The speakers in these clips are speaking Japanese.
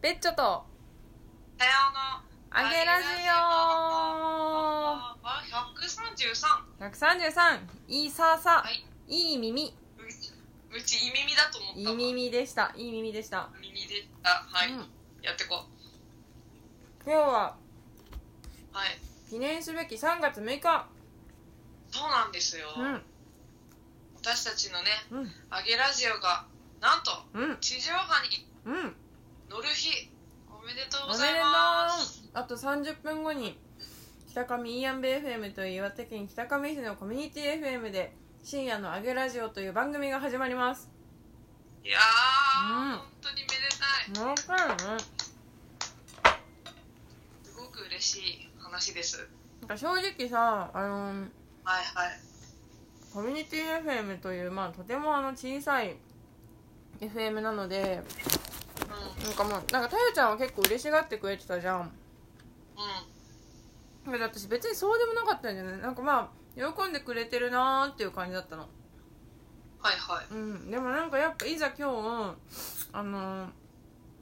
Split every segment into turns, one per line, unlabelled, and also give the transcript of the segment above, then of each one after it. ベッチョと
さよう
あげラジ
あ、百三十三。
オ133いいさーさ、
はい。
いい耳
うち、うちいい耳だと思った。
いい。耳でしたいい耳でした、
耳でした。はい。
うん
やってこ
今日は
う。はい。
記念すべき3月6日
そうなんですよ。
うん
私たちのね、
うん
あげラジオがなんと
うん
地上波に
うん
乗る日。おめでとう
お
ご
めでとう
ざいます。
あと30分後に北上イーアンベ FM という岩手県北上市のコミュニティ FM で深夜のあげラジオという番組が始まります
いや
うん
ー、本当にめでたい。
もうかるね
すごく嬉しい話です。
なんか正直さあのー
はいはい。
コミュニティ FM という、まあ、とてもあの小さい FM なので
うん
なんかもうなんかたゆちゃんは結構嬉しがってくれてたじゃん
う
だけど私別にそうでもなかったんじゃないなんかまあ喜んでくれてるなーっていう感じだったの
ん。はいはい。
うんでもなんかやっぱいざ今日あのー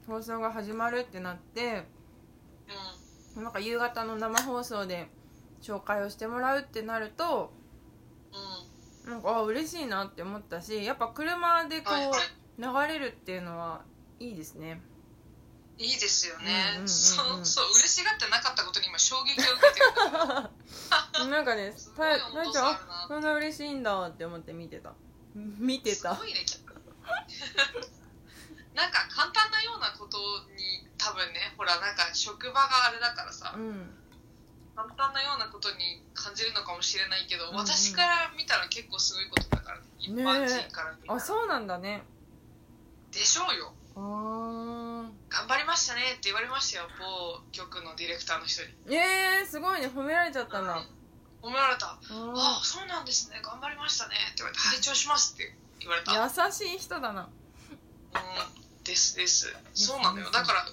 放送が始まるってなって
うん。
なんか夕方の生放送で紹介をしてもらうってなると
う
なんかあ嬉しいなって思ったしやっぱ車でこ
ん、はい、
う流れるっていうのはいいですね
いいですよね、
うんうんうんうん
そうそう嬉しがってなかったことに今衝撃を受けてる
なんかね
す、ごい
た
温
な
度
ちゃ
差
ん
あ
あ
るな
そんな嬉しいんだって思って見てた。見てた
す。ごいねきっと なんか簡単なようなことに多分ねほらなんか職場があれだからさ
うん。
簡単なようなことに感じるのかもしれないけど、
うんうん
私から見たら結構すごいことだからね一般人から見たら、
あ、そうなんだね。
でしょうよ
あー
頑張りましたねって言われましたよ某局のディレクターの人に
えー、すごいね。褒められちゃったんだ。
褒められたあ
あ
あそうなんですね頑張りましたねって言われて拝聴しますって言われた
ー優しい人だな。
うんですですそうなのよだから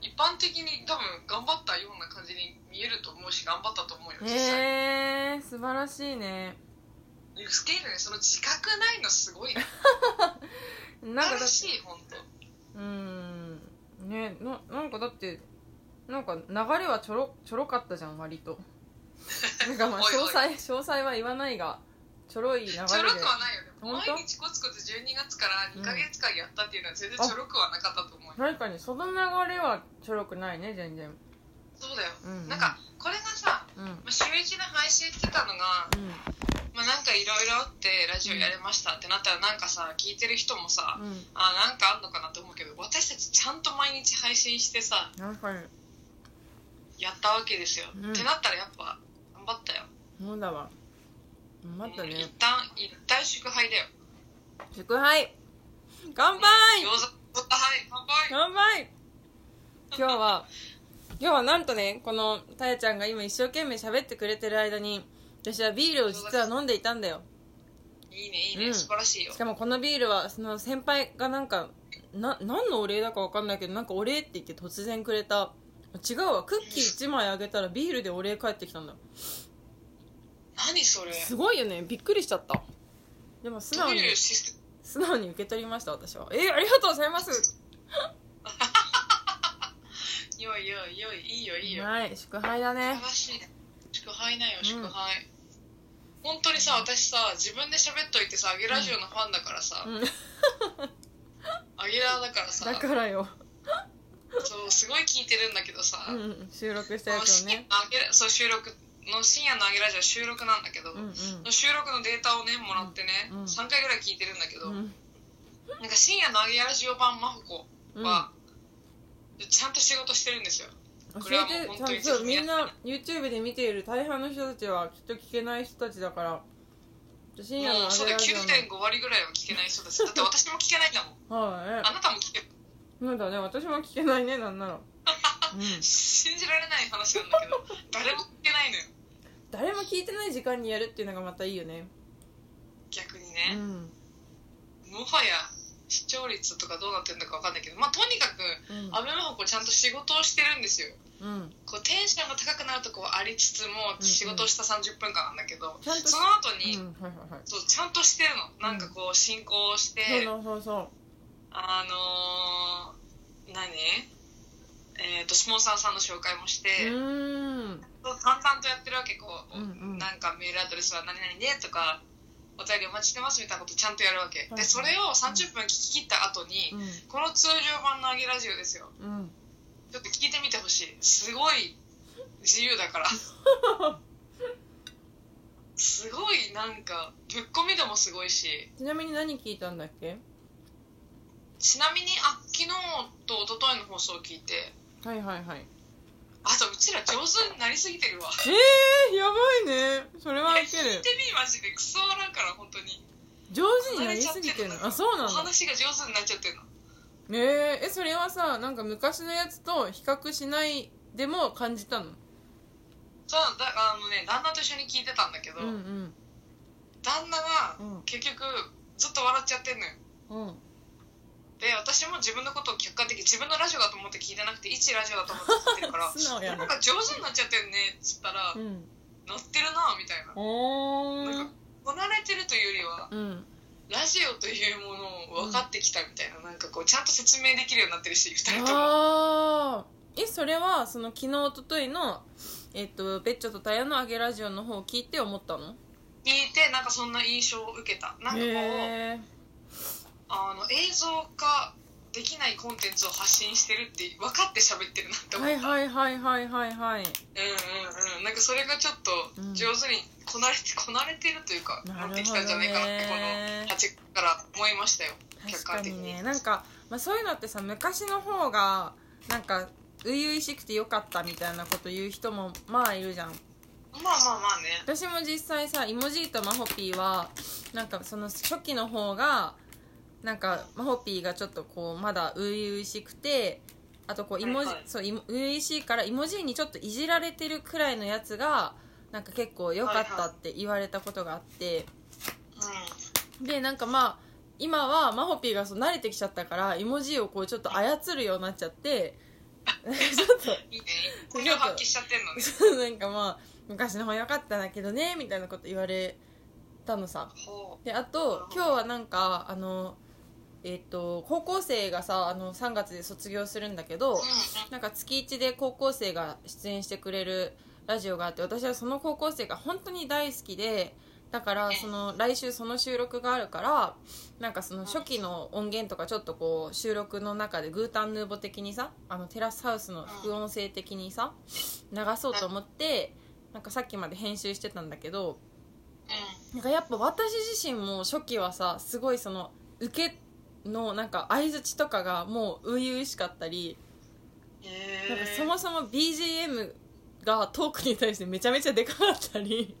一般的に多分頑張ったような感じに見えると思うし頑張ったと思うよ実際、
えー、素晴らしいね。
スケールねその自覚ないの すごいね
なんかだ
楽
っ
しい本当
うーん。ね、ななんかだって、なんか流れはちょろ、ちょろかったじゃん、割 と。なんかまあ、
おいおい
詳細、詳細は言わないが、ちょろい流れで。
ちょろくはないよね
本当
毎日コツコツ12月から2ヶ月間やったっていうのは全然ちょろくはなかったと思うよ、
確かに、その流れはちょろくないね、全然。
そうだよ、
うん
なんかこれがさ
うん。うん
まあ週一で配信してたのが、まあ、なんかいろいろあってラジオやれましたってなったらなんかさ聞いてる人もさ、
うん
あなんかあんのかなって思うけど私たちちゃんと毎日配信してさ
確かに
やったわけですよ、
うん
ってなったらやっぱ頑張ったよ
そうだわ待った
うん
ね
一旦一旦祝杯だよ
祝杯乾杯
餃子餃子はい乾杯
乾杯今日は今日はなんとねこのたやちゃんが今一生懸命喋ってくれてる間に私はビールを実は飲んでいたんだよ
いいねいいね、
うん
素晴らしいよ
しかもこのビールはその先輩がなんかな何のお礼だか分かんないけどなんかお礼って言って突然くれた違うわクッキー1枚あげたらビールでお礼返ってきたんだ
何それ
すごいよねびっくりしちゃったでも素
どう
直に
いうシステム
素直に受け取りました私はえー、ありがとうございます
よいよいよいいいよいいよ、
はい祝杯だ
素
ね
晴らしいね祝杯なんよ祝杯、本当にさ私さ自分で喋っといてさアゲラジオのファンだからさ、
うん
アゲラだからさ
だからよ、
そうすごい聞いてるんだけどさ、
うんうん、収録した
こ
や
の
つを
深夜
ね
のあげらそう収録の深夜のあげラジオ収録なんだけど、
うんうん
その収録のデータをねもらってね、
うん
3回ぐらい聞いてるんだけど、
うん
なんか深夜のあげラジオ版真帆
う
子
ん
は、ちゃんと仕事してるんですよこれ
教
はも
えて
う本
ち
当
ゃんとそう
に
みん
皆
な YouTube で見ている大半の人たちはきっと聞けない人たちだから深夜の
も
あ
うそう
れ
だ
ラ
よ
ジ
9.5割ぐらいは聞けない人たちだって私も聞けないんだも ん
オのは
あなたも聞け
いなんだね私も聞けないねなんなら、うん、
信じられない話なんだけど誰も聞けないのよ
誰も聞いてない時間にやるっていうのがまたいいよね
逆に
う
ね、
ん
もはや視聴率とかどうなってるのか分かんないけどまあとにかく
うん
阿部真帆子ちゃんと仕事をしてるんですよ
うん
こうテンションが高くなるとこはありつつも
うん
仕事をした30分間なんだけど、
ちゃんと
その後に、
うんはいはいはい
そうちゃんとしてるのなんかこう進行して、
そうそうそう
あのー、何とスポンサーさんの紹介もして、
うーん
淡々とやってるわけこう、
うんうん
なんかメールアドレスは何々でとかお便りお待ちしてますみたいなことちゃんとやるわけ、
はい
でそれを30分聞き切った後に、この通常版の「あげラジオ」ですよ
うんうん
ちょっと聞いてみてほしいすごい自由だからすごいなんかぶっ込みでもすごいし
ちなみに何聞いたんだっけ
ちなみにあ昨日と一昨日の放送を聞いて
はいはいはい
あとうちら上手になりすぎてるわ
ええー、やばいねそれはウケ
聞い
る
てみマジでクソ笑うから本当に
上手になりすぎてるのあそうなの
お話が上手になっちゃってるの
えー、えそれはさなんか昔のやつと比較しないでも感じたの
そうだあのね旦那と一緒に聞いてたんだけど、
うんうん
旦那が
うん
結局ずっと笑っちゃってんのよ
うん
で私も自分のことを客観的に自分のラジオだと思って聞いてなくて一ラジオだと思って聞いてるか ら
素直やね
なんか上手になっちゃってるねっつったら、
うん
乗ってるなみたいな
お
なん
ー
かこなれてるというよりは
うん
ラジオというものを分かってきたみたいな、なんかこうちゃんと説明できるようになってるし2人とも
あーえそれはその昨日おとといのえっとベッチョとタヤのあげラジオの方を聞いて思ったの
聞いてなんかそんな印象を受けたなんかこう、
へえ
あの映像化できないコンテンツを発信してるって分かって喋ってるなって思っ
はい
た、
はいはいはいはいはい
うんうんうんなんかそれがちょっと上手にこなれて、こなれてるというか
なるほどね
なってきたんじゃないかなってこの8から思いましたよ客
確
観
か
的
に
に
ねなんか、まあ、そういうのってさ昔の方がなんか初々しくてよかったみたいなこと言う人もまあいるじゃん
まあまあまあね
私も実際さイモジーとマホピーはなんかその初期の方がなんかマホピーがちょっとこうまだ初々しくてあとこうイモジ、
はいはい
そうイモ初々しいからイモジーにちょっといじられてるくらいのやつがなんか結構良かったって言われたことがあって、
う
でなんかまあ今はマホピーがそう慣れてきちゃったからイモジーをこうちょっと操るようになっちゃって ちょっと
んいいね本領発揮しちゃってんのね
そう なんかまあ昔の方良かったんだけどねみたいなこと言われたのさ
ほう
であと今日はなんかあのえっ、と高校生がさあの3月で卒業するんだけど
うんうん
なんか月1で高校生が出演してくれるラジオがあって私はその高校生が本当に大好きでだから
うん
その来週その収録があるからなんかその初期の音源とかちょっとこう収録の中でグータンヌーボ的にさあのテラスハウスの副音声的にさ流そうと思ってなんかさっきまで編集してたんだけどなんかやっぱ私自身も初期はさすごいその受けのなんか相づちとかがもう初々しかったり
うんへ
なんかそ
ー
もそも BGM がトークに対してめちゃめちゃでかかったり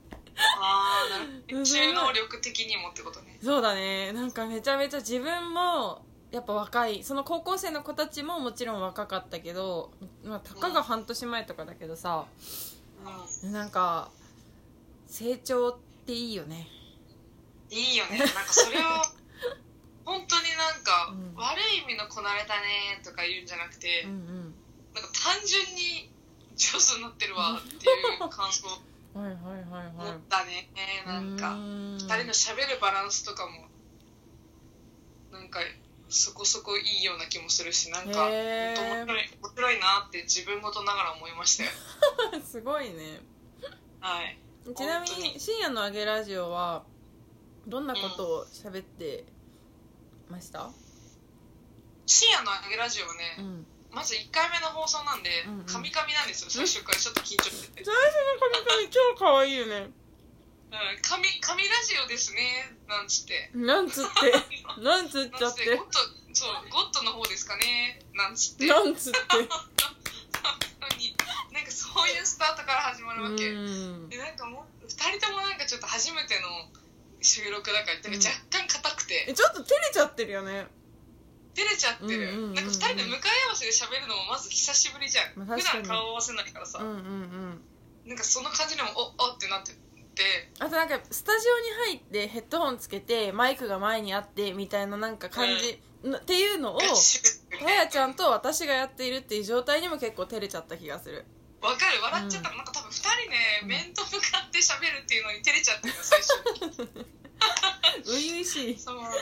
あーなるほど中能力的にもってことね
そうだねなんかめちゃめちゃ自分もやっぱ若いその高校生の子たちももちろん若かったけど、まあ、たかが半年前とかだけどさ
うん
なんか成長っていいよね
い いよねなんかそれを本当になんか、
うん
悪い意味のこなれたねとか言うんじゃなくて、
うんうん
なんか単純に上手になってるわっていう感想を
はいはいはい
持
は
っ
い
たね、な ん
う
か
ーん
2人の喋るバランスとかもなんかそこそこいいような気もするしなんか
へ
面
ー
白い面白いなって自分事ながら思いましたよ
すごいね
はい
ちなみ
本当
に深夜の「あげラジオ」はどんなことを喋ってました、
深夜の「あげラジオ」は
う
ね、
ん
まず1回目の放送なんで
うんうん
カミカミなんですよ最初からちょっと緊張してて
最初の髪髪超可愛いよね
「うん、カミカミラジオですね」なんつって
なんつ ってなんつっちゃっ
ゴッ
て
ドそうゴッドの方ですかねなんつって
なんつって
本当になんかそういうスタートから始ま
う
るわけ、
ん
でなんかもう2人ともなんかちょっと初めての収録だからなんか若干硬くて、
えちょっと照れちゃってるよね
照れちゃって
うんうんうんう
る、
ん
なんか2人で向かい合わせで喋るのもまず久しぶりじゃん、
まあ確かに
普段顔合わせないからさ、
うんうんうん
なんかその感じでもおおってなってて
あとなんかスタジオに入ってヘッドホンつけてマイクが前にあってみたいななんか感じ、なっていうのを
ガチで
あやちゃんと私がやっているっていう状態にも結構照れちゃった気がする
わかる笑っちゃった、なんか多分2人ね面と向か って喋るっていうのに照れちゃってるの最初に
初々しい
そう初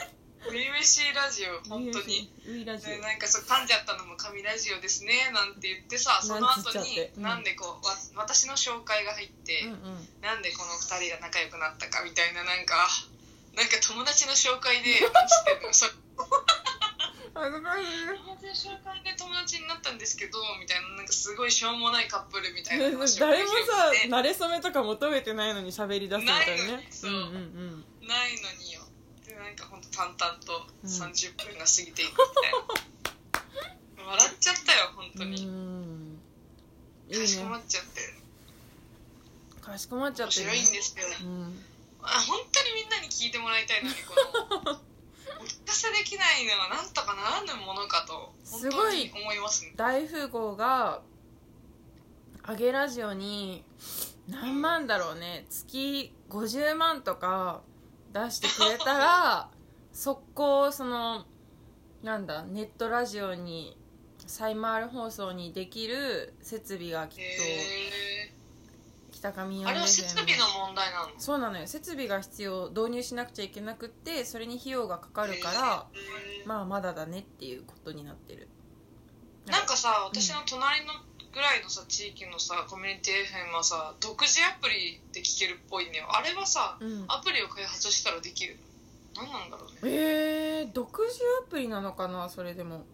々しいラジオ本当に。
ウイラジ
でなんかそう噛んじゃったのも神ラジオですねなんて言ってさその後
なんつっちゃっ
に
てうん
なんでこうわ私の紹介が入って、
オうんうん
なんでこの2人が仲良くなったかみたいななんかなんか友達の紹 介でなんつってんのそう
恥ずかし
友達の紹介で友達になったんですけどみたいななんかすごいしょうもないカップルみ たいな話を繰り広
い誰
げ
もさ
て
慣れ初めとか求めてないのに喋り出すみたい
ないの
ね
にそう
うんうん
ないのによでなんかほんと淡々と
うん
30分が過ぎていくみたいな笑っちゃったよ本
う
当
ん
に
うんいい
かしこ
ね
まっちゃって
かしこまっちゃっ
面
てる
白
ね
いんですけど
うん
あ本当にみんなに聞いてもらいたいのにこのお聞かせできないのはなんとかならぬものかと本
すご
当
い
に思いますね
大富豪があげラジオに何万だろうね月50万とか出してくれたら 速攻そのなんだネットラジオにサイマール放送にできる設備がきっ
へ
と北上
ー
洋
あれは
ですよ
設
ね
備の問題なの
そうなのよ設備が必要導入しなくちゃいけなくってそれに費用がかか
あ
るから、
ま
まあまだだねっていうことになってる
あ、なんかさ私の隣のぐらいのさ地域のさコミュニティ FM はさ独自アプリで聞けるっぽいんだよあれはさ
うん
アプリを開発したらできるの何なんだろうね
えー、独自アプリなのかなそれでも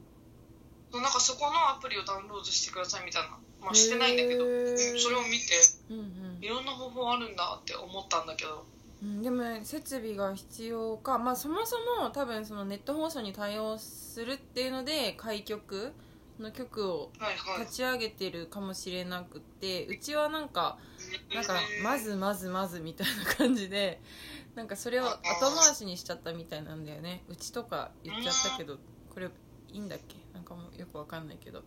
そうなんかそこのアプリをダウンロードしてくださいみたいなまあしてないんだけど
へー
それを見て
うんうん
いろんな方法あるんだって思ったんだけど
うん、でも設備が必要か、まあ、そもそも多分そのネット放送に対応するっていうので開局の曲を
はいはい
立ち上げてるかもしれなくってうちはなんかなんかまずまずまずみたいな感じでなんかそれを後回しにしちゃったみたいなんだよねうちとか言っちゃったけどこれいいんだっけなんかもうよくわかんないけど